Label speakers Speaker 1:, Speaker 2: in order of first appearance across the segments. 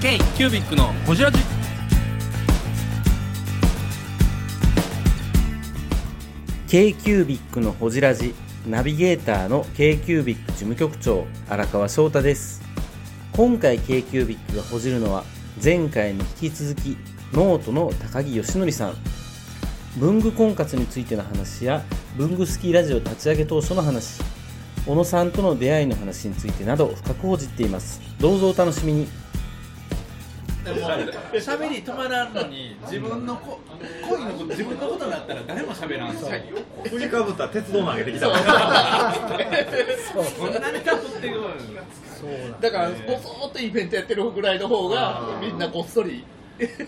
Speaker 1: K キュービックのホジラジ
Speaker 2: ー KQBIC のほじラジナビゲーターの KQBIC 事務局長荒川翔太です今回 KQBIC がほじるのは前回に引き続きノートの高木義則さん文具婚活についての話や文具好きラジオ立ち上げ当初の話小野さんとの出会いの話についてなど深く報じっていますどうぞお楽しみに
Speaker 3: でも喋り止まらんのに自分のこ恋のこと自分のことになったら誰も喋らんし
Speaker 4: 振りかぶったら鉄道投げてきた
Speaker 3: こんなにかぶってくる
Speaker 5: だから、ぼそーっとイベントやってるぐらいの方が、みんなこっそり。
Speaker 1: 思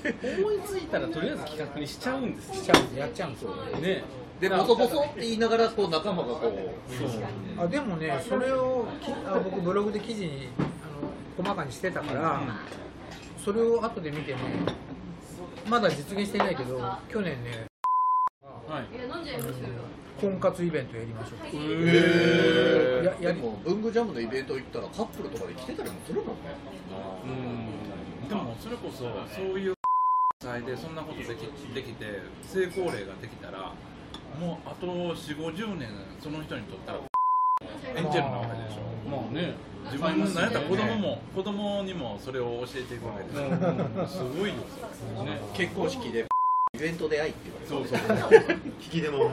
Speaker 1: いついたらとりあえず企画にしちゃうんですよ
Speaker 6: ちゃうんですやっちゃうんですよ
Speaker 1: ね
Speaker 5: で、ぼそぼそって言いながら、こう仲間がこう。
Speaker 6: あでもねそれをきあ僕ブログで記事にあの細かにしてたから、それを後で見てねまだ実現していないけど去年ね婚活イベントやりましょう
Speaker 5: へ
Speaker 6: やや
Speaker 5: で
Speaker 6: り
Speaker 5: も、文具ジャムのイベント行ったら、カップルとかで来てたりもするもんね。
Speaker 3: うんでもそれこそそう いう際でそんなことできできて成功例ができたらもうあと4 5 0年その人にとったらエンジェルなわけでしょ
Speaker 1: まあね
Speaker 3: 自分の何やったら子供も子供にもそれを教えていくわけでしょすごいよそれね
Speaker 5: 結婚式で、イベントで会いって言
Speaker 3: そ
Speaker 5: わ
Speaker 3: う
Speaker 5: れ
Speaker 3: そう
Speaker 5: る。
Speaker 3: そう
Speaker 4: 聞きでも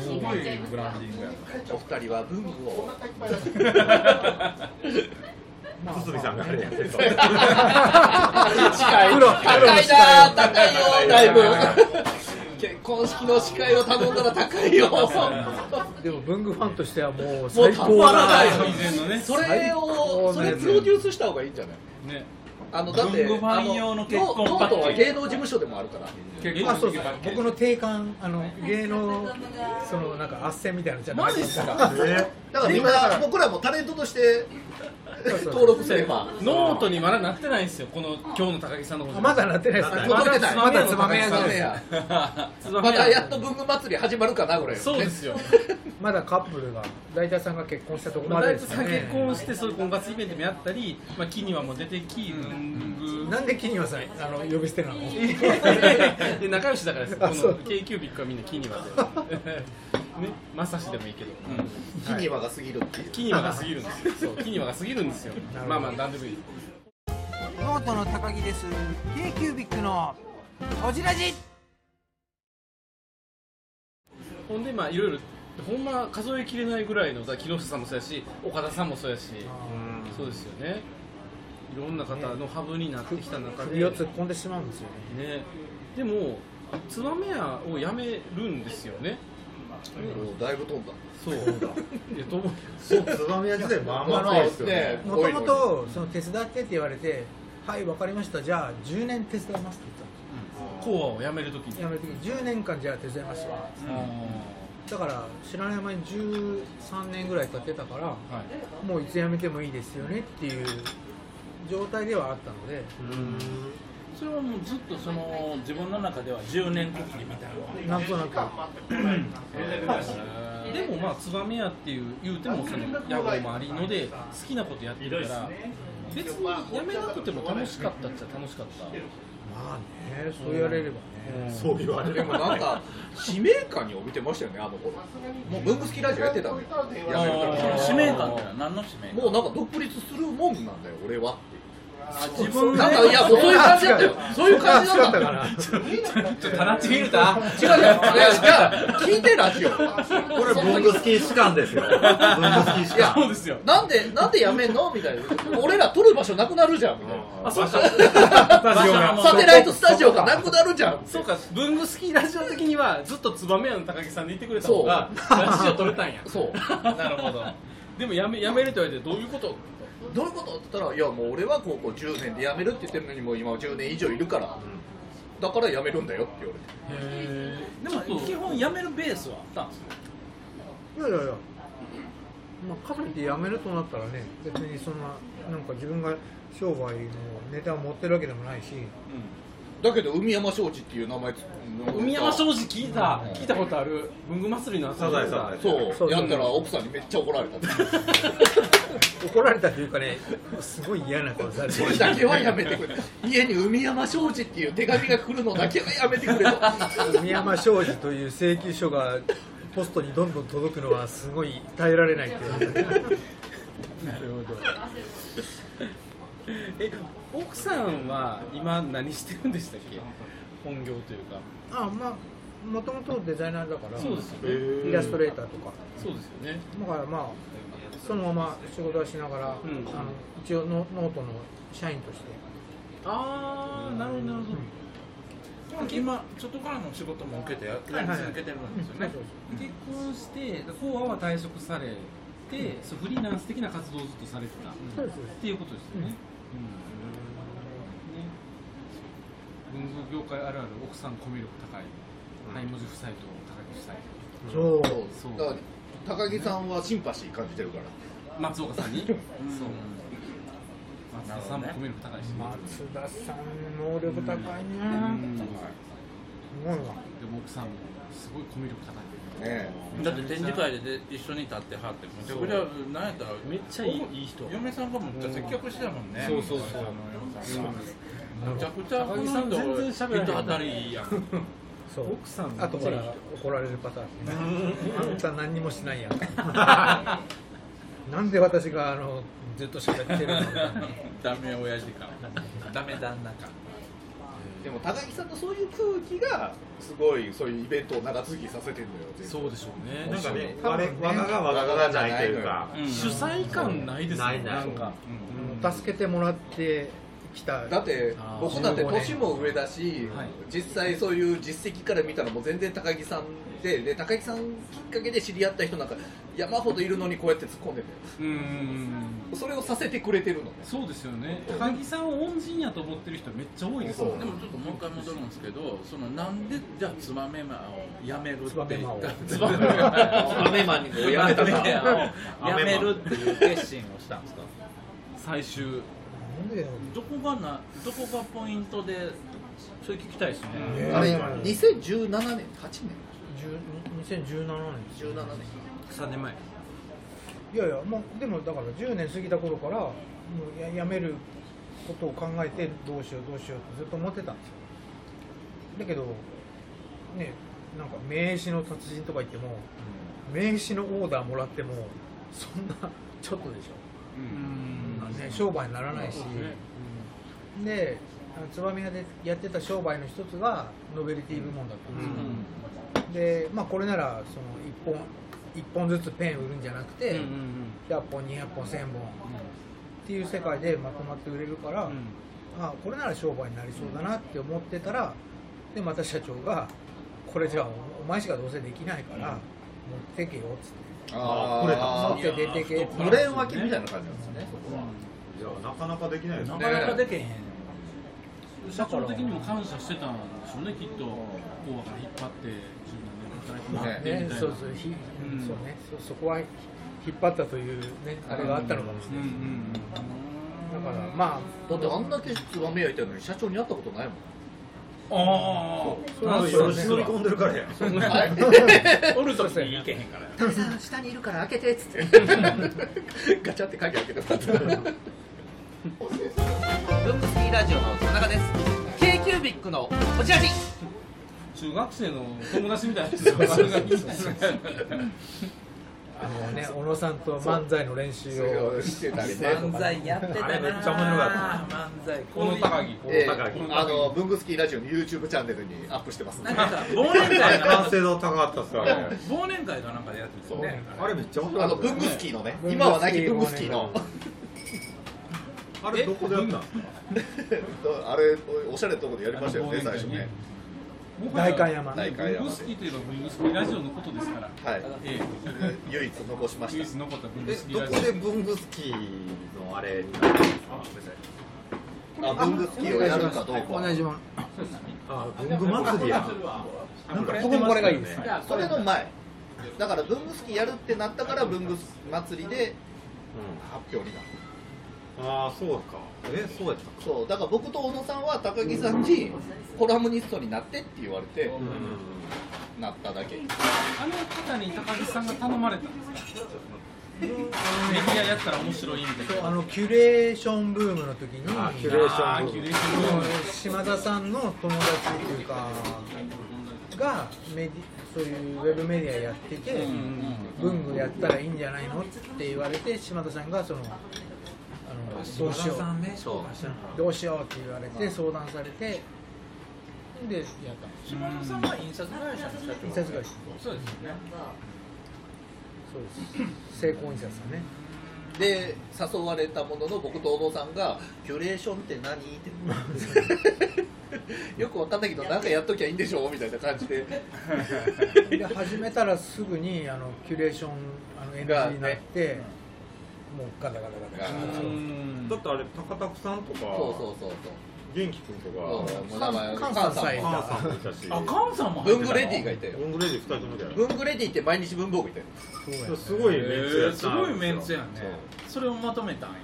Speaker 3: すごいブランディングや
Speaker 5: お二人は文具を。
Speaker 4: 堤さんがあれやって
Speaker 5: 近い。
Speaker 6: 黒
Speaker 5: 高いなー、高いよー、だいぶ
Speaker 6: はいは。
Speaker 5: 結婚式の司会を頼んだら高いよー。
Speaker 6: でも文具ファンとしてはもう
Speaker 5: もう
Speaker 6: 最
Speaker 5: た
Speaker 6: 高
Speaker 5: まらな
Speaker 6: だ
Speaker 5: い
Speaker 6: な。
Speaker 3: 以前のね
Speaker 5: それを、それプロデュースした方がいいんじゃない
Speaker 3: ね
Speaker 5: あのだって
Speaker 3: 文具ファン用の結婚
Speaker 5: あノ
Speaker 3: パ
Speaker 5: ノー
Speaker 3: ッケージ
Speaker 5: トは芸能事務所でもあるから
Speaker 3: 結
Speaker 6: あそうそう僕の定款あの芸能そのなんか斡旋みたいなのじゃないですか
Speaker 5: だからみんな僕らもタレントとして
Speaker 6: そうそう
Speaker 5: 登録すれば
Speaker 1: ノートにまだなってないんですよこの今日の高木さんのこ
Speaker 6: あ
Speaker 1: と
Speaker 6: まだなってないです
Speaker 5: ま
Speaker 6: ね
Speaker 5: だ
Speaker 6: ま
Speaker 5: なって
Speaker 6: だ
Speaker 5: ない
Speaker 6: まだつまめやじゃ
Speaker 5: ま
Speaker 6: な
Speaker 5: だ
Speaker 6: いです
Speaker 5: や
Speaker 1: つ
Speaker 5: ま
Speaker 1: ばめ
Speaker 5: だやっと文具祭り始まるかなぐらい
Speaker 1: そうですよ
Speaker 6: まだカップルが大体さんが結婚したとこまで
Speaker 1: 大
Speaker 6: で
Speaker 1: 地
Speaker 6: す
Speaker 1: さ
Speaker 6: よ
Speaker 1: ん
Speaker 6: ね
Speaker 1: 結婚してそういう婚活イベントもやったりまあ木にはもう出てき文具
Speaker 6: なんで木にはさあの呼び捨てなの
Speaker 1: で仲良しだからですこ
Speaker 6: あそ
Speaker 1: の
Speaker 6: う
Speaker 1: k キュービックはみんなキニワで ねまさしでもいいけど、
Speaker 5: 木に輪が過ぎるっていう
Speaker 1: キニワが過ぎるんですよそうキニワが過ぎるんですよ
Speaker 6: ほど
Speaker 1: まあまあ何でもいい
Speaker 7: ノートの高木です。k キュービックのこじらじ。
Speaker 1: ほんでまあいろいろほんま数えきれないぐらいのだ木下さんもそうやし岡田さんもそうやしそうですよねいろんな方のハブになってきた中で
Speaker 6: 首を突っ込んでしまうんですよね
Speaker 1: ねでもツバメ屋をやめるんですよね
Speaker 5: もうだいぶ飛んだ
Speaker 1: そういやと思う
Speaker 4: 燕屋時代まあまあ
Speaker 5: ま
Speaker 4: そうですよね
Speaker 6: もともとその手伝ってって言われて「はい分かりましたじゃあ10年手伝います」って
Speaker 1: コアをやめるとき
Speaker 6: 言っ
Speaker 1: に
Speaker 6: たのやめて10年間じゃあ手伝いますわだから知らない間に13年ぐらい経ってたから
Speaker 1: はい
Speaker 6: もういつ辞めてもいいですよねっていう状態ではあったので
Speaker 3: それはもうずっとその自分の中では10年国りみたい
Speaker 6: なんとなく
Speaker 1: でもまあツバメ屋っていう言うてもその屋号もありので好きなことやってるから別にやめなくても楽しかったっちゃ楽しかった
Speaker 6: まあねそう言われればね
Speaker 4: そう言われ
Speaker 5: で
Speaker 4: る
Speaker 5: もなんか使命感に帯びてましたよねあの頃もう文具好きラジオやってたのよやめる
Speaker 3: な
Speaker 5: か
Speaker 3: 使命感ってのは何の使命
Speaker 5: ら
Speaker 3: 感
Speaker 5: もうなんか独立するもんなんだよ俺は
Speaker 3: 自分
Speaker 5: なんかいやそういう感じだったよそういう感じだった
Speaker 6: ら
Speaker 1: タナッチフィルタ
Speaker 5: 違う違ういや違う聞いてラジオ
Speaker 4: これ文具好き士官ですよ文具好き士
Speaker 5: いや
Speaker 1: そうですよ
Speaker 5: なんで、なんでやめんのみたいな。俺ら撮る場所なくなるじゃん、みたいな。
Speaker 1: あそうか
Speaker 5: サテライトスタジオがなくなるじゃん。
Speaker 1: そうか文具好きラジオ的にはずっとツバメ屋の高木さんでいてくれた方がラジオ撮れたんや
Speaker 5: そう。
Speaker 1: なるほどでもやめやめると言われてどういうこと
Speaker 5: どういうことって言ったら、いや、もう俺は高校10年で辞めるって言ってるのに、もう今10年以上いるから、だから辞めるんだよって言われて。
Speaker 3: でも基本やめるベースはあったんですよ
Speaker 6: いやいやいや、まあ、かといって辞めるとなったらね、別にそんな、なんか自分が商売のネタを持ってるわけでもないし、
Speaker 5: だけど海山商事っていう名前つ
Speaker 1: 海山庄司聞いた聞いたことある文具祭りの朝
Speaker 4: サザエサザエ
Speaker 5: そう
Speaker 6: そう
Speaker 5: やったら奥さんにめっちゃ怒られた って
Speaker 6: 怒られたというかね、すごい嫌な顔されて
Speaker 5: それだけはやめてくれ家に海山商事っていう手紙が来るのだけはやめてくれと
Speaker 6: 宮山商事という請求書がポストにどんどん届くのはすごい耐えられないっていう
Speaker 1: え奥さんは今何してるんでしたっけ本業というか
Speaker 6: あまあもともとデザイナーだから
Speaker 1: そうですよね
Speaker 6: イラストレーターとか
Speaker 1: そうですよね
Speaker 6: だからまあそのまま仕事はしながら、
Speaker 1: うん
Speaker 6: あの一応ノノートの社員として
Speaker 1: ああなるほどなるほど
Speaker 3: 今外からの仕事も受けてやり続けてるんですよね、
Speaker 1: 結婚して法案は退職されて、そうフリーランス的な活動をずっとされてた、
Speaker 6: そう
Speaker 1: っ
Speaker 6: です
Speaker 1: ていうことですよね,、うんね文具業界あるある奥さんコミュ力高いはい文字夫妻と高木夫妻
Speaker 6: そう
Speaker 1: そう
Speaker 5: だから高木さんはシンパシー感じてるから
Speaker 1: 松岡さんに、 そう松田さんもコミュ力高いし、ね
Speaker 6: 松田さん能力高い
Speaker 1: うん
Speaker 6: な
Speaker 1: です
Speaker 6: ごいわ
Speaker 1: も奥さんもすごいコミュ力高い
Speaker 5: ね
Speaker 3: だって展示会でで一緒に立ってはってめちゃくちゃなんやったら
Speaker 1: めっちゃいいいい人
Speaker 3: 嫁さんがもっちゃ接客してたもんね、
Speaker 1: そうそうそう
Speaker 3: そうめちゃくちゃ
Speaker 1: 高木さん全然喋らへん
Speaker 3: 人当たりいいやん
Speaker 6: そう
Speaker 1: 奥さんも
Speaker 6: あとほら怒られるパターンねあんた何にもしないや んなんで私があのずっと喋ってるの
Speaker 3: ダメ親父かダメ旦那か
Speaker 5: でも高木さんのそういう空気がすごいそういうイベントを長続きさせてるのよ全部
Speaker 1: そうでしょうね
Speaker 4: なんかね、われわががわががないというか、
Speaker 1: 主催感ないですよ
Speaker 4: ない
Speaker 1: ね
Speaker 4: ない
Speaker 1: んか
Speaker 6: 助けてもらってきた
Speaker 5: だって
Speaker 1: あー
Speaker 5: 僕なんて年も上だし、
Speaker 1: はい
Speaker 5: 実際そういう実績から見たらもう全然高木さんでで高木さんきっかけで知り合った人なんか山ほどいるのにこうやって突っ込んでて
Speaker 1: うん
Speaker 5: それをさせてくれてるのね
Speaker 1: そうですよね高木さんを恩人やと思ってる人めっちゃ多いですもん
Speaker 3: で
Speaker 1: ね
Speaker 3: もちょっともう一回戻るんですけどそのなんでじゃあツバメマをやめるって言ったツバメマ
Speaker 5: 雨マンにやめたか
Speaker 3: をやめるっていう決心をしたんですか
Speaker 1: 最終
Speaker 6: なんでだよ
Speaker 3: どこがなどこがポイントでそれ聞きたいですね
Speaker 5: あれ2017年8年
Speaker 6: 10 2017年です
Speaker 5: 17年
Speaker 1: 3年前
Speaker 6: いやいやもうでもだから10年過ぎた頃からもうややめることを考えてどうしようどうしようってずっと思ってたんですよだけどねなんか名刺の達人とか言っても、名刺のオーダーもらってもそんなちょっとでしょ、そんなね、商売にならないし、であのつばみ屋でやってた商売の一つがノベルティ部門だったんですよ、で、まあ、これならその1本一本ずつペン売るんじゃなくて、100本200本1000本っていう世界でまとまって売れるから、あこれなら商売になりそうだなって思ってたらでまた社長が「これじゃあお前しかどうせできないから持ってけよ」っつって
Speaker 4: あーこ
Speaker 6: 「
Speaker 4: れ
Speaker 6: 持
Speaker 4: だ
Speaker 6: って出てけ」っつって
Speaker 4: のれん分けみたいな感じなんですね、そこは。いや、なかなかできないですね。
Speaker 3: なかなかできへん
Speaker 1: 社長的にも感謝してたんでしょうねきっと大和から引っ張って10年働いてもらって
Speaker 6: ね
Speaker 1: みたいな
Speaker 6: そうそうひ
Speaker 1: うん
Speaker 6: そうねそそこはひ引っ張ったというねあれがあったのかもしれ
Speaker 1: うんう
Speaker 6: ない、
Speaker 1: ん
Speaker 6: だからまあ
Speaker 5: だってあんだけつばめ焼いたのに社長に会ったことないもん
Speaker 1: あ
Speaker 6: そ
Speaker 4: あの
Speaker 6: う
Speaker 4: 人
Speaker 6: です
Speaker 4: 忍び込んでるからや。
Speaker 1: おるときに行けへんから
Speaker 5: 高木さん下にいるから開けてっつって ガチャって鍵開けてもらった
Speaker 7: 文具好きラジオの田中です k q ビックのこちらじ
Speaker 1: 中学生の友達みたいな人が
Speaker 6: あのね小野さんと漫才の練習を
Speaker 5: してたりね
Speaker 7: 漫才やってたな
Speaker 4: あれめっちゃ面白か
Speaker 7: った漫才
Speaker 1: この高木
Speaker 5: え
Speaker 4: 高木
Speaker 5: ー、あの文具スキーラジオの YouTube チャンネルにアップしてますんで
Speaker 3: なんかさ忘年会か
Speaker 4: 完成度高かったっすよ、あれ。
Speaker 3: 忘年会かなんかでやってたよね
Speaker 4: あれめっちゃ面白
Speaker 5: あの
Speaker 4: かったです
Speaker 5: 文
Speaker 4: ね
Speaker 5: 具スキーのね今はなき文具スキーの
Speaker 4: あれどこでやったんですか
Speaker 5: あれおしゃれなとこでやりましたよね最初ね
Speaker 6: 代官山
Speaker 5: 代官山
Speaker 1: ブングスキーといえばブングスキーラジオのことですから
Speaker 5: はい
Speaker 1: ええ
Speaker 5: 唯一残しま
Speaker 1: 唯
Speaker 5: し
Speaker 1: 一残ったブング
Speaker 4: え
Speaker 1: スキー
Speaker 4: ど
Speaker 1: ラジ
Speaker 4: こ
Speaker 1: オ
Speaker 4: で文具スキーのあれになったんですか
Speaker 5: たあ文具スキーをやるかどう
Speaker 6: お
Speaker 5: か
Speaker 6: 願いします
Speaker 4: あ文具祭りやなんか
Speaker 6: 僕もこれがいいです
Speaker 5: それの前だから文具スキーやるってなったから文具祭りで
Speaker 4: う
Speaker 5: 発表になる
Speaker 4: ああそうかえそうやったか
Speaker 5: そうだから僕と小野さんは高木さんにコラムニストになってって言われて
Speaker 4: うん
Speaker 5: なっただけ
Speaker 1: あの方に高木さんが頼まれたんですかメディアやったら面白いみたいな
Speaker 6: あのキュレーションブームの時に
Speaker 4: あキュレーシ
Speaker 1: あ
Speaker 4: ョン
Speaker 1: ーキュレーション
Speaker 6: うん島田さんの友達っていうかがメディそういうウェブメディアやってて、文具やったらいいんじゃないのって言われて島田さんがそのあのどうしようどうしようって言われて相談されてでやったんです
Speaker 3: 島田さんは印刷会社の社長
Speaker 6: 印刷会社
Speaker 3: そうですよね
Speaker 6: そう です成功印刷さんね
Speaker 5: で誘われたものの僕と小野さんが「キュレーションって何?」ってよ く分かんないけどなんかやっときゃいいんでしょみたいな感じ で
Speaker 6: で始めたらすぐにあのキュレーションあの NG になって、もうガタガタガタ
Speaker 5: う
Speaker 6: ガタ
Speaker 4: だってあれ高田さんとか
Speaker 5: そうそうそう
Speaker 4: 元気君と
Speaker 5: そう
Speaker 4: か
Speaker 5: もう名前
Speaker 6: 関関
Speaker 5: さ
Speaker 6: 西
Speaker 5: んも
Speaker 4: 母さんもいたし
Speaker 3: あカンさんも入っ
Speaker 5: 文
Speaker 3: て
Speaker 5: 具
Speaker 3: たの
Speaker 5: レディーがいたよ
Speaker 4: ロングレディ2人ともだよ
Speaker 5: 文具レディーって毎日文房具いたよ
Speaker 6: そうや
Speaker 4: すごいメンツやっ
Speaker 3: へー
Speaker 4: た
Speaker 3: すごいメンツやね
Speaker 4: そう
Speaker 3: それをまとめたんや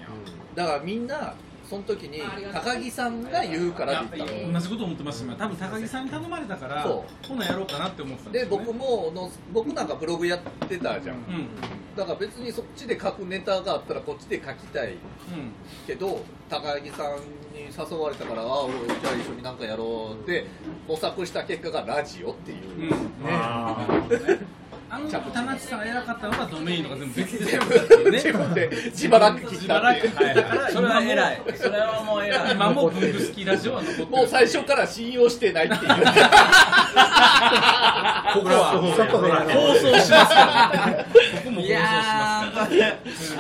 Speaker 5: だからみんなその時に高木さんが言うからって言ったの
Speaker 1: 同じこと思ってました多分高木さんに頼まれたから
Speaker 5: そ
Speaker 1: こんなんやろうかなって思ってたん
Speaker 5: で
Speaker 1: ですよね
Speaker 5: 僕もの僕なんかブログやってたじゃん
Speaker 1: うんうん
Speaker 5: だから別にそっちで書くネタがあったらこっちで書きたいけど高木さんに誘われたからああ俺じゃあ一緒になんかやろうって模索した結果がラジオっていう、
Speaker 1: うん
Speaker 4: あ
Speaker 1: あの田中さんが偉かったのがドメインとか全部別で
Speaker 5: 全
Speaker 1: ね
Speaker 5: 部 自分で自腹切
Speaker 1: 自
Speaker 5: った
Speaker 1: 腹
Speaker 5: っ
Speaker 1: 切
Speaker 5: てい
Speaker 1: っ
Speaker 5: う
Speaker 1: たから
Speaker 3: それは偉いそれはもう偉い
Speaker 1: 今もブングスキーラジオは残ってる
Speaker 5: もう最初から信用してないって いう
Speaker 4: あここは
Speaker 6: 外で
Speaker 1: 放送しますからここも放
Speaker 7: い
Speaker 1: 送します
Speaker 7: や
Speaker 1: から
Speaker 7: ー、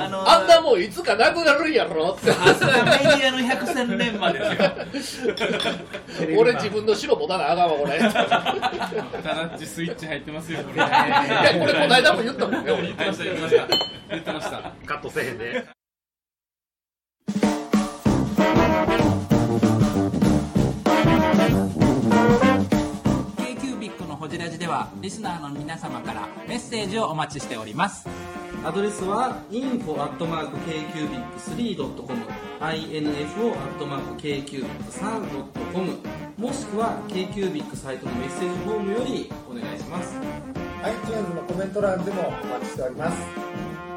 Speaker 7: あのー、
Speaker 5: あんなもんいつかなくなるんやろって
Speaker 7: さすがメディアの百戦錬磨ですよ。
Speaker 5: 俺自分の白持たなあかんわ これい
Speaker 1: タナッチスイッチ入ってますよこれ
Speaker 5: やこれこの間も言った もんね俺
Speaker 1: 言ってました言ってました言ってました
Speaker 4: カットせえへんで
Speaker 7: 京急ビックのホジラジではリスナーの皆様からメッセージをお待ちしております
Speaker 8: アドレスは info.kcubic3.com info.kcubic3.com もしくは KQBIC サイトのメッセージフォームよりお願いします
Speaker 9: iTunes のコメント欄でもお待ちしております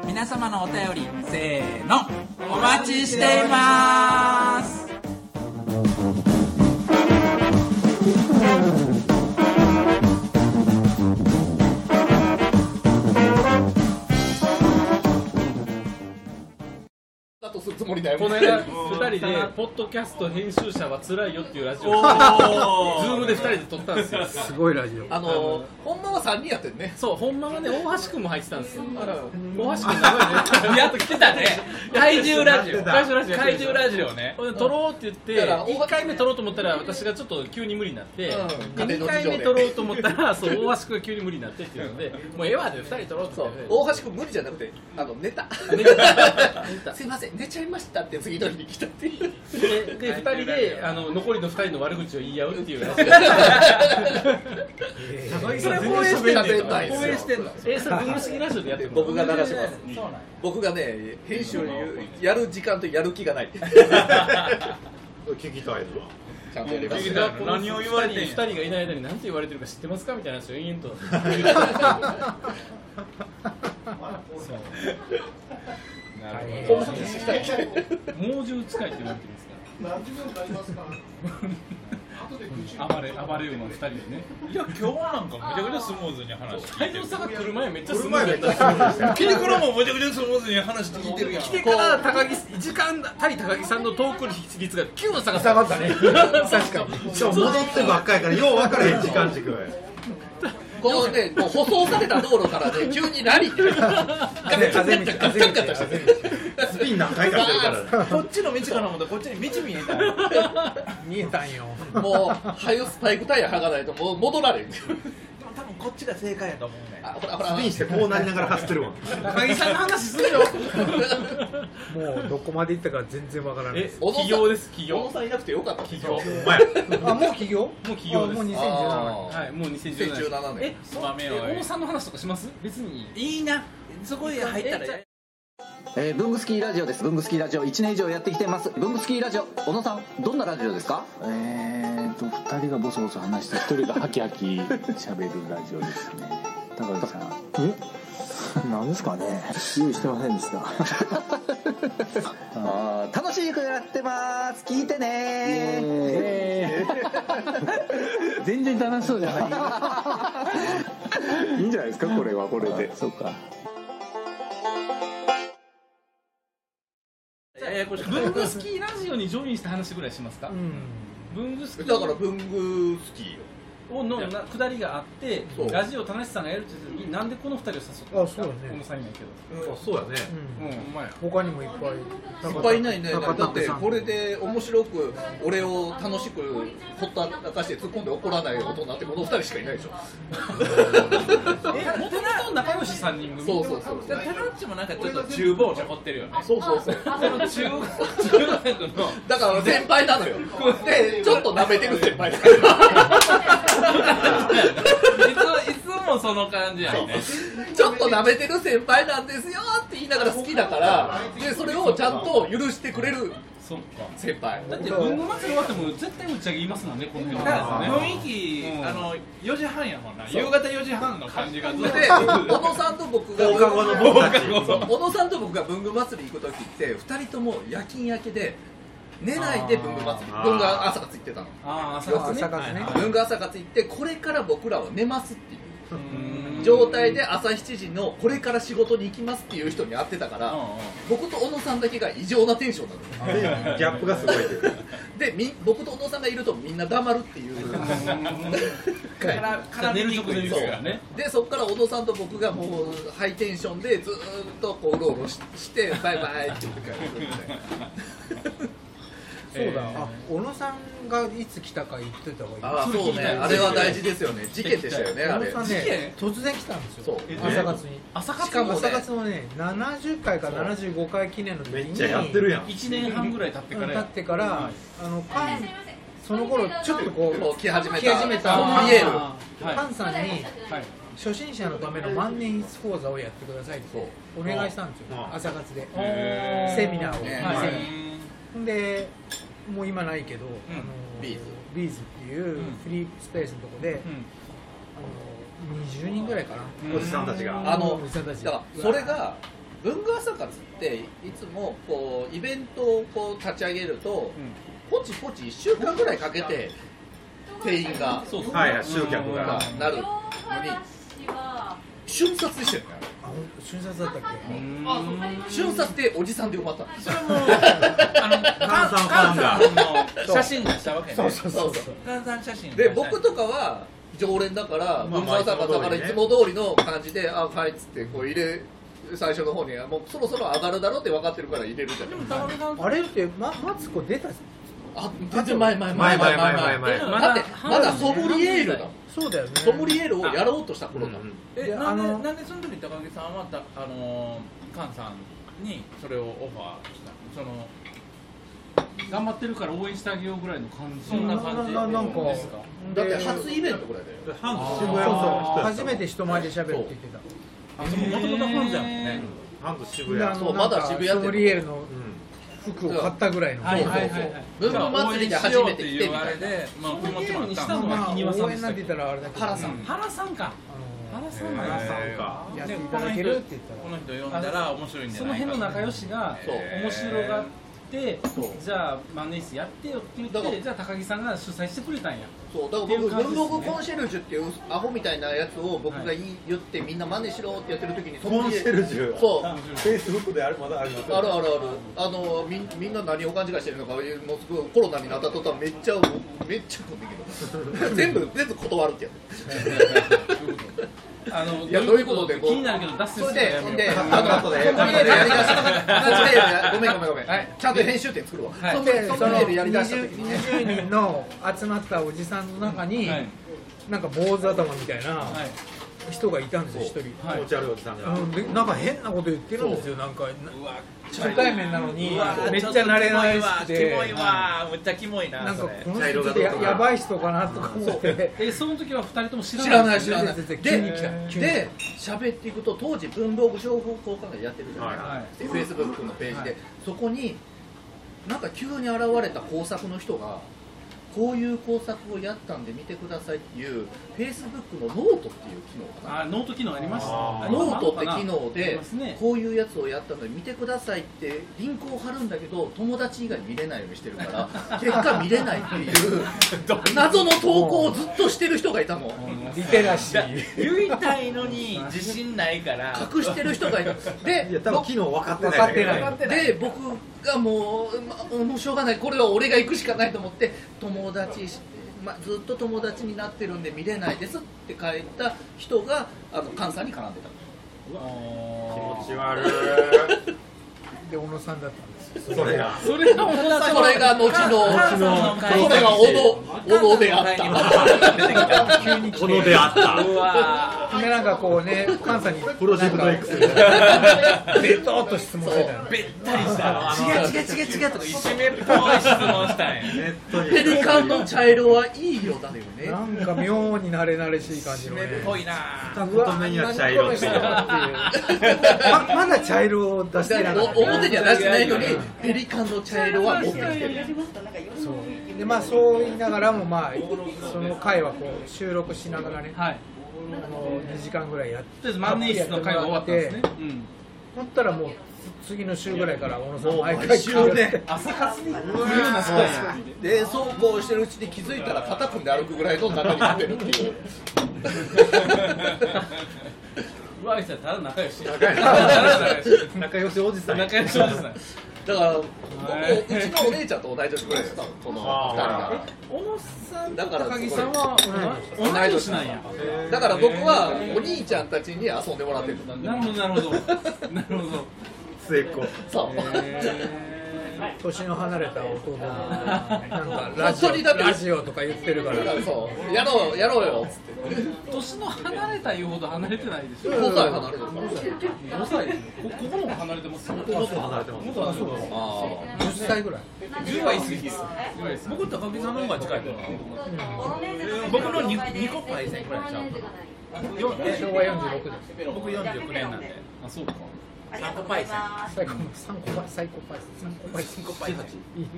Speaker 7: 皆様のお便りせーのお待ちしています
Speaker 5: だとするつもりだよ
Speaker 1: この間2人で「ポッドキャスト編集者はつらいよ」っていうラジオを Zoom で2人で撮ったんですよ
Speaker 6: すごいラジオ
Speaker 5: あのほんまは3人やってんね
Speaker 1: そうほんまはね大橋君も入ってたんですよ大橋君名前ねやっと来てたね怪獣ラジオ怪獣ラジオ怪獣ラジオね撮ろうって言って
Speaker 5: だから
Speaker 1: 1回目撮ろうと思ったら私がちょっと急に無理になってで
Speaker 5: うん
Speaker 1: 2回目撮ろうと思ったらそう大橋君が急に無理になってっていうのでもうええわで2人撮ろうって
Speaker 5: そ
Speaker 1: 言
Speaker 5: う
Speaker 1: って
Speaker 5: 大橋君無理じゃなくてあの寝た
Speaker 1: 寝た寝た
Speaker 5: すいません寝ちゃいましたって次の日に来たっていう
Speaker 1: でで2人であの残りの2人の悪口を言い合うっていうやつ それ放映してんの
Speaker 5: 喋んないんですよ
Speaker 1: 放映してんのえそれ文具好きラジオでやってるの
Speaker 5: 僕が流します僕がね編集をやる時間とやる気 がない
Speaker 4: 聞きたいな
Speaker 5: ちゃんとやり ます
Speaker 1: 僕がこの何を言われて2人がいない間に何て言われてるか知ってますかみたいな話を延々と
Speaker 5: こんな話したっけ
Speaker 1: 猛獣使いって言われてるんですから何時分かりますか 暴れ暴れ馬の2人でね
Speaker 3: いや今日はなんかめちゃくちゃスムーズに話聞い
Speaker 1: 太蔵
Speaker 3: てる
Speaker 1: さんが来る前めっちゃすごい
Speaker 3: 来てからもめちゃくちゃスムーズに話聞いてるやん
Speaker 1: 来てから高木時間対高木さんのトーク率が9の差が
Speaker 9: 下がったね確かに
Speaker 4: しかも戻ってばっかりからよう分からへん時間軸
Speaker 5: このねもう舗装された道路からね急にラリーって
Speaker 9: 風見て風見て風見て
Speaker 4: スピン何回かしてるからね
Speaker 3: こっちの道かな思ったらこっちに道見えたんや
Speaker 6: 見えたんよ
Speaker 5: もうはよスパイクタイヤ剥がないともう戻られん
Speaker 3: でも多分こっちが正解やと思うね
Speaker 5: あほらほら
Speaker 4: スピンしてこうなりながら走ってるわ
Speaker 1: 高木さんの話するよ
Speaker 6: もうどこまで行ったか全然わからない
Speaker 1: え起業です起
Speaker 5: 小
Speaker 1: 業
Speaker 5: 野さんいなくてよかった
Speaker 1: 起業
Speaker 4: お
Speaker 6: あ
Speaker 4: 前
Speaker 6: もう起業も
Speaker 1: う起業です
Speaker 6: もう2017
Speaker 5: あ
Speaker 1: はいもう2017
Speaker 5: 2017年
Speaker 1: えそうえ大野さんの話とかします別に
Speaker 7: いいなそこへ入ったら
Speaker 10: えー、ブングスキーラジオです。ブングスキーラジオ1年以上やってきてます。ブングスキーラジオ、小野さん、どんなラジオですかえーと、2人がボソボソ話して、1人がハキハキ喋るラジオですね。高木さん。えなんですかね用意してませんでした。 あー楽しい曲やってます。聞いてね 全然楽しそうじゃ ない。いいんじゃないですか、これはこれで。そうか。
Speaker 1: ややこしい文具好きラジオにジョインした話ぐらいしますか文具好き
Speaker 5: だから文具好きよ
Speaker 1: をのな下りがあって
Speaker 5: そう
Speaker 1: ラジオ田無さんがやるって言った時になんでこの二人を誘ったんですか
Speaker 6: あそうだね
Speaker 1: この三人やけど
Speaker 3: あそうやね
Speaker 6: うん
Speaker 1: うんうまい
Speaker 6: 他にもいっぱい
Speaker 5: いっぱいいないいないいない
Speaker 6: 中
Speaker 5: だ
Speaker 6: 田
Speaker 5: って
Speaker 6: さん
Speaker 5: これで面白く俺を楽しくほったらかして突っ込んで怒らない大人ってこの2人しかいないでしょ
Speaker 1: えもともと仲良し三人組
Speaker 5: そうそうそう
Speaker 1: でタナッチもなんかちょっと厨房茶掘ってるよね
Speaker 5: そうそうそう
Speaker 1: その中中 学の
Speaker 5: だから先輩なのよでちょっと舐めてる先輩だ
Speaker 1: いついつもその感じやね
Speaker 5: ちょっと舐めてる先輩なんですよって言いながら好きだからでそれをちゃんと許してくれる
Speaker 1: そっか
Speaker 5: 先輩
Speaker 1: だって文具祭り終わっても絶対打ち上げ言いますもんねこの辺
Speaker 3: だ
Speaker 1: の
Speaker 3: から
Speaker 1: ね
Speaker 3: 雰囲気、
Speaker 1: うん
Speaker 3: あの4時半やもんな夕方4時半の感じがずっと
Speaker 5: で小野さんと僕が
Speaker 4: 放課後の 僕たち
Speaker 5: 小野さんと僕が文具祭り行く時って2人とも夜勤明けで寝ないで文具祭り
Speaker 3: あー
Speaker 5: 文具朝活行ってたの
Speaker 1: ああ朝
Speaker 5: よく
Speaker 1: 活ね
Speaker 5: ね文具朝活行ってこれから僕らは寝ますっていう
Speaker 1: うん
Speaker 5: 状態で朝7時のこれから仕事に行きますっていう人に会ってたか
Speaker 1: うん
Speaker 5: ら
Speaker 1: うん
Speaker 5: 僕と小野さんだけが異常なテンションなの
Speaker 4: でギャップがすごいというか
Speaker 5: でみ僕とお父さんがいるとみんな黙るっていう
Speaker 1: からから寝る直前ですからね
Speaker 5: でそこから小野さんと僕がもうハイテンションでずーっとこううろうろししてバイバイっていう感じで
Speaker 6: そうだ、あ小野さんがいつ来たか言っといた方がいい
Speaker 5: ああそうねあれは大事ですよね事件でしたよねあ
Speaker 6: 小
Speaker 5: れ
Speaker 6: 野さんね突然来たんです
Speaker 5: そう
Speaker 6: よ朝活に
Speaker 1: 朝
Speaker 5: し
Speaker 1: 活
Speaker 5: か
Speaker 1: も
Speaker 5: も
Speaker 6: 朝
Speaker 5: ね
Speaker 6: 活のね70回か75回記念の時
Speaker 4: めっ
Speaker 6: に
Speaker 4: ちゃやってるやん
Speaker 1: 一年半ぐらい経ってから
Speaker 6: 経
Speaker 1: や
Speaker 6: ってからあのパンその頃ちょっとこ
Speaker 5: もう
Speaker 6: う
Speaker 5: 来始めた
Speaker 6: 来始めた
Speaker 5: あー見える
Speaker 1: は
Speaker 6: パンさんに
Speaker 1: いはい
Speaker 6: 初心者のための万年筆講座をやってくださいってお願いしたんですよ
Speaker 4: うん
Speaker 6: 朝活で
Speaker 1: へー
Speaker 6: セミナーを
Speaker 5: ね
Speaker 6: はい
Speaker 5: はい
Speaker 6: でもう今ないけど、あの
Speaker 5: ビーズ
Speaker 6: ビーズっていうフリースペースのとこで、あの20人ぐらいかな、
Speaker 4: おじさんたちが
Speaker 5: あの
Speaker 6: おじさんたち
Speaker 5: だからそれが文具朝活っていつもこうイベントをこう立ち上げると、ポチポチ1週間ぐらいかけて定員が
Speaker 1: そうそう
Speaker 4: はいはい集客が
Speaker 5: なるのに瞬殺してるから
Speaker 6: あほん瞬殺だったっけ、
Speaker 5: 瞬殺でおじさんで埋まった
Speaker 1: それもあの
Speaker 4: カンさんファンが
Speaker 1: 菅さんの写真にしたわけね菅
Speaker 5: そうそうそう
Speaker 1: さん写真に
Speaker 5: で僕とかは常連だから
Speaker 4: まあ
Speaker 5: 文
Speaker 4: まあ
Speaker 5: 化朝活だから
Speaker 4: い
Speaker 5: い
Speaker 4: つ
Speaker 5: つ
Speaker 4: も
Speaker 5: も通りの感じで「あはい」っつってこう入れ最初の方にもうそろそろ上がるだろうって分かってるから入れるじゃん
Speaker 6: あれって、ま、マツコ出た
Speaker 5: あ全然前前
Speaker 4: 前
Speaker 5: 前
Speaker 4: 前
Speaker 5: 前前
Speaker 4: 前前
Speaker 5: 前
Speaker 4: 前
Speaker 1: ま
Speaker 5: だってまだソムリエールだもん
Speaker 6: そうだよね
Speaker 5: ソムリエールをやろうとした頃だもん
Speaker 3: え
Speaker 6: で
Speaker 3: な
Speaker 6: あの
Speaker 3: んでなんでその時高木さんはたあのー菅さんにそれをオファーしたのその
Speaker 1: 頑張ってるから応援してあげようぐらいの感じ
Speaker 3: そんな感じ
Speaker 6: なななんか
Speaker 3: ですか
Speaker 5: だって初イベントぐらいだよ
Speaker 4: ハンズ
Speaker 6: そう
Speaker 4: 渋
Speaker 6: そう
Speaker 4: 谷の人
Speaker 6: 初めて人前で喋るって言ってた
Speaker 3: あその元々ファンじゃんね
Speaker 4: ハンズ渋
Speaker 6: で
Speaker 4: 谷
Speaker 6: あの
Speaker 5: そうまだ
Speaker 6: なんか
Speaker 5: 渋谷で
Speaker 6: ソムリエールの
Speaker 4: うん
Speaker 6: 服を買ったぐらいの、
Speaker 1: はい
Speaker 5: そう
Speaker 1: は
Speaker 5: そう
Speaker 1: い
Speaker 5: そ
Speaker 1: は
Speaker 5: う
Speaker 1: いはい
Speaker 5: 文具祭りで初めて来てみ
Speaker 3: あ
Speaker 5: た
Speaker 3: れ
Speaker 5: いな
Speaker 3: でまあ気持ちもあっ
Speaker 1: にしたた
Speaker 3: の
Speaker 1: の
Speaker 6: ま
Speaker 1: が
Speaker 6: あ
Speaker 1: 木庭さん
Speaker 6: 応
Speaker 1: でし
Speaker 6: 援
Speaker 1: た
Speaker 6: なん
Speaker 1: って
Speaker 6: 言
Speaker 1: け
Speaker 6: ったらあれだけど
Speaker 5: 原さん
Speaker 1: 原さんか
Speaker 6: あの
Speaker 1: 原さんなん
Speaker 4: 原
Speaker 1: や
Speaker 4: さんか
Speaker 6: やっていただけるって言ったら
Speaker 3: この人呼んだら面白いんじ
Speaker 1: そ
Speaker 3: ゃ
Speaker 1: の
Speaker 3: ないか
Speaker 1: 辺の仲良しが
Speaker 5: そう
Speaker 1: 面白がって
Speaker 5: そう
Speaker 1: じゃあ万年筆やってよって言
Speaker 5: だか
Speaker 1: って
Speaker 5: ら
Speaker 1: じゃあ高木さんが主催してくれたんや
Speaker 5: そうだから僕文房具コンシェルジュっていうアホみたいなやつを僕が言い言ってみんな真似しろってやってる時に
Speaker 4: コンシェルジュ
Speaker 5: そう
Speaker 4: フェイスブックであれまだあります
Speaker 5: あるあるあるあのみみんな何を勘違いしてるのかもうすごいコロナになった途端めっちゃめっちゃ来んだけど全部全部断るってや
Speaker 1: あの
Speaker 5: いやどういうことで
Speaker 1: 気になるけど脱
Speaker 5: つ
Speaker 1: 線
Speaker 5: そ
Speaker 1: す
Speaker 5: れ
Speaker 1: るの
Speaker 5: で
Speaker 1: や
Speaker 5: そん
Speaker 1: めよう
Speaker 5: であの
Speaker 4: カットで
Speaker 5: ソムリエールやりだしたソムリエールごめんごめんごめん、ちゃんと編集点作るわ、ソムリエ
Speaker 6: でその
Speaker 5: ールやりだした時
Speaker 6: 20,
Speaker 5: にね
Speaker 6: 20人の集まったおじさんの中に、
Speaker 1: はい
Speaker 6: なんか坊主頭みたいな、
Speaker 1: はい
Speaker 6: 人がいたんですよ、一
Speaker 4: そう
Speaker 6: 人。
Speaker 4: 気持ち悪いおじさんが
Speaker 6: うんでなんか変なこと言ってるんですよ、なんかな初対面なのに
Speaker 3: うわー
Speaker 6: めっちゃ慣れな
Speaker 3: ちょ
Speaker 6: い
Speaker 3: っ
Speaker 6: し
Speaker 3: と
Speaker 6: て
Speaker 3: キモいわキモいわーめっちゃキモいな
Speaker 6: なんか
Speaker 3: それ
Speaker 6: この人ってややばい人かなとか思って
Speaker 1: えその時は二人とも知
Speaker 5: 知らない知
Speaker 1: 知
Speaker 5: ら
Speaker 1: ら
Speaker 5: な
Speaker 1: ないい
Speaker 5: で
Speaker 6: 急に来た急に
Speaker 5: で喋っていくと当時文房具情報交換会やってるじゃないですか、フェイスブックのページで、そこになんか急に現れた工作の人がこういう工作をやったんで見てくださいっていうフェイスブックのノートっていう機能かな
Speaker 1: あノート機能ありました
Speaker 4: あー
Speaker 5: ノートって機能
Speaker 1: あり
Speaker 5: で
Speaker 1: ますね
Speaker 5: こういうやつをやったので見てくださいってリンクを貼るんだけど友達以外見れないようにしてるから 結果見れないっ ていう謎の投稿をずっとしてる人がいたの
Speaker 6: リテラシー
Speaker 3: 言いたいのに自信ないから
Speaker 5: 隠してる人がいた
Speaker 4: い
Speaker 5: で
Speaker 4: や多分昨日分かってない
Speaker 6: 分かってない
Speaker 5: で僕がもう、まあもうしょうがないこれは俺が行くしかないと思って友達し、まあ、ずっと友達になってるんで見れないですって書いた人があの菅さんに絡んでた
Speaker 4: 気持ち悪
Speaker 6: で小野さんだったんです
Speaker 4: いそれが
Speaker 1: それが本当
Speaker 5: これが後のこれがおのおのであった
Speaker 4: 急にこの出会った
Speaker 3: うわ
Speaker 6: でなんかこうね菅さんに
Speaker 4: プロジェクト X
Speaker 6: ベトっと質問してたよ
Speaker 3: ーべったりしたのあの
Speaker 5: 違う違う違う違うとか
Speaker 3: いじめっぽい質問したんや
Speaker 4: ネットに
Speaker 5: ペリカンの茶色はいい色だよね
Speaker 6: なんか妙に慣れ慣れしい感じ
Speaker 3: いじ
Speaker 6: の
Speaker 3: めっ
Speaker 6: ね
Speaker 3: ぽいな
Speaker 4: 二言目には茶色 っていう
Speaker 6: ままだ茶色を出してなかっ
Speaker 5: お表
Speaker 6: た
Speaker 5: には出してないのにペリカンの茶色は持ってきてる
Speaker 6: そうでまあそう言いながらもまあその回はこう収録しながらね、
Speaker 1: はい
Speaker 6: あの2時間ぐらいやっ
Speaker 1: とりあ
Speaker 6: て
Speaker 1: えず万年筆の会が終わったんですねうん
Speaker 6: ほったらもう次の週ぐらいから小野さん
Speaker 5: もう
Speaker 6: 毎
Speaker 5: 毎
Speaker 6: 回
Speaker 5: 週
Speaker 6: 変わって
Speaker 5: ね
Speaker 1: 朝活に
Speaker 5: でそうこうしてるうちに気づいたら肩組んで歩くぐらいの中になってるっていう
Speaker 1: うわあいつらただ仲良し
Speaker 4: 仲良し仲良しおじさん
Speaker 1: 仲良しおじさん
Speaker 5: だから僕うちのお姉ちゃんと同い年ぐらいです多分この2人が
Speaker 1: 小野さん
Speaker 5: だから
Speaker 1: 高木さんは同い
Speaker 5: 同い
Speaker 1: 年
Speaker 5: 年
Speaker 1: な
Speaker 5: なんん
Speaker 1: や
Speaker 5: やだから僕はお兄ちゃんたちに遊んでもらってる
Speaker 1: なるほどなるほどなるほど
Speaker 4: 末っ子
Speaker 5: そう
Speaker 6: 年の離れた弟がなんかラ
Speaker 5: 本
Speaker 6: ジ
Speaker 5: 当にだっ
Speaker 6: オ
Speaker 5: て
Speaker 6: ラジオとか言ってるから
Speaker 5: そうやろうやろうよっつって
Speaker 1: 年の離れた言うほど離れてないでしょ
Speaker 5: 5歳離れてるから
Speaker 1: 5歳こここのも離れてますよ
Speaker 4: もっと離れてます
Speaker 5: ああ
Speaker 6: 10歳ぐらい
Speaker 1: 10は言い過ぎです10は言い過ぎ僕と高木さんの方が近いかな
Speaker 3: 僕の 2, 二個パイセンくらいちゃうよえ
Speaker 6: 昭和46です
Speaker 3: 僕46年なんで
Speaker 1: あそうか
Speaker 3: 3個パイセン
Speaker 6: 最高三個パイ最高パイ三個パイ
Speaker 3: 3個パイ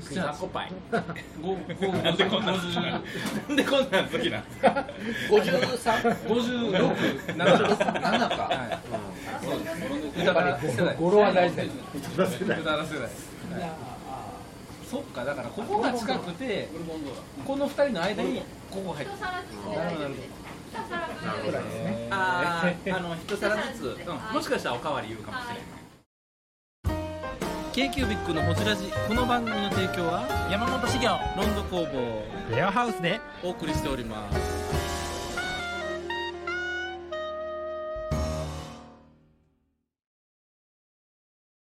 Speaker 3: セン3個パイ
Speaker 1: 五五
Speaker 3: なんでこんななんでこんなん好きなんですか
Speaker 5: 53
Speaker 1: 56
Speaker 5: 7か、
Speaker 1: だから世代
Speaker 6: 語呂は大事だよ
Speaker 1: くだら世代そっかだからここが近くてこの二人の間にここが入ってるなるほどなる
Speaker 6: ぐらいですね
Speaker 3: あーあの一皿ずつ、うん、もしかしたらおかわり言うかもしれない
Speaker 7: k q b i c のホジラジこの番組の提供は山本資源ロンド工房
Speaker 4: レアハウスで
Speaker 7: お送りしております